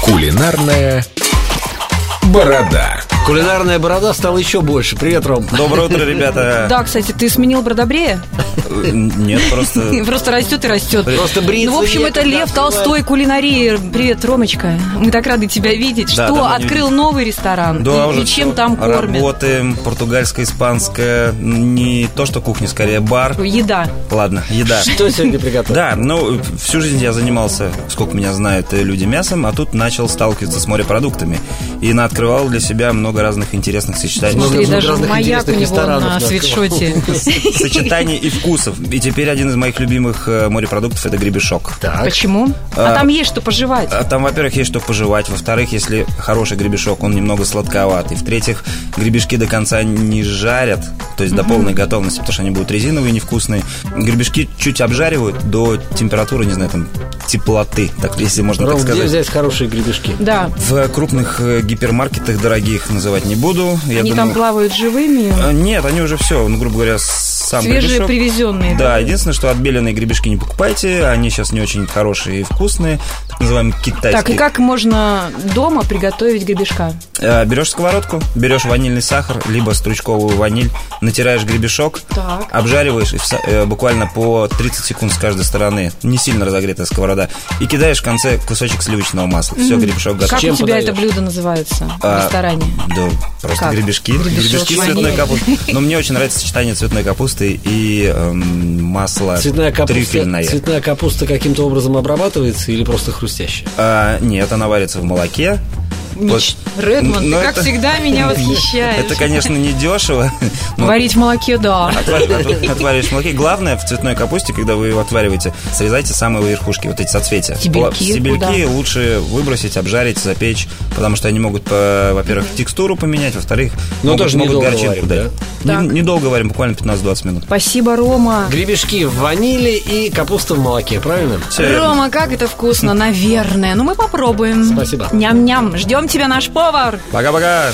Кулинарная борода. Кулинарная борода стала еще больше. Привет, Ром. Доброе утро, ребята. Да, кстати, ты сменил бродобрея? Нет, просто... Просто растет и растет. Просто бриться Ну, в общем, это некогда, Лев открывает. Толстой кулинарии. Привет, Ромочка. Мы так рады тебя видеть. Да, Что давно не открыл новый ресторан? Да, И- уже И чем всё. там кормят? Работаем, португальская, испанская, не то, что кухня, скорее бар. Еда. Ладно, еда. Что сегодня приготовил? Да, ну, всю жизнь я занимался, сколько меня знают э, люди, мясом, а тут начал сталкиваться с морепродуктами. И наоткрывал для себя много разных интересных сочетаний. Ну, Много Смотри, даже разных маяк у интересных него ресторанов на открыл. свитшоте. Сочетаний и вкусов. И теперь один из моих любимых э, морепродуктов – это гребешок. Так. Почему? А там есть что пожевать. А Там, во-первых, есть что пожевать. Во-вторых, если хороший гребешок, он немного сладковатый. В-третьих, гребешки до конца не жарят, то есть до полной готовности, потому что они будут резиновые, невкусные. Гребешки чуть обжаривают до температуры, не знаю, там, теплоты, так, если можно Ром, так где сказать. взять хорошие гребешки? Да. В крупных э, гипермаркетах дорогих называть не буду. Я Они там думаю- плавают живыми. Э, Нет, они уже все, ну, грубо говоря, сам Свежие гребешок. привезенные. Да, единственное, что отбеленные гребешки не покупайте, они сейчас не очень хорошие и вкусные, так называемые китайские. Так, и как можно дома приготовить гребешка? Э, Берешь сковородку, берешь ванильный сахар, либо стручковую ваниль, натираешь гребешок, Так. обжариваешь и в са- э, буквально по 30 секунд с каждой стороны, не сильно разогретая сковорода, и кидаешь в конце кусочек сливочного масла. Все, гребешок готов. Как у чем тебя это подаешь? блюдо называется в А, ресторане? Да, просто Как? гребешки. Гребешок, Гребешки с ваниль. цветной капустой. Но мне очень нравится сочетание цветной капусты и эм, масла Цветная капуста, трюфельное. цветная капуста каким-то образом обрабатывается или просто хрустящая? А, нет, она варится в молоке. Мич, Вот. Редмонд, ты, Но как это- всегда, меня восхищаешь. Это, конечно, ну, не дешево. Варить в молоке, да. Отвариваешь в молоке. Главное в цветной капусте, когда вы его отвариваете, срезайте самые верхушки, вот эти соцветия. Стебельки Пла- Стебельки куда? лучше выбросить, обжарить, запечь, потому что они могут, э, во-первых, текстуру поменять, во-вторых, Но могут Ну, тоже могут недолго горчинку варим, дать. да? Не- Так. Недолго варим, буквально 15-20 минут. Спасибо, Рома. Гребешки в ваниле и капуста в молоке, правильно? Всё верно. Рома, как это вкусно, наверное. Ну, мы попробуем. Спасибо. Ням-ням. Ждем тебя, наш повар. Пока-пока.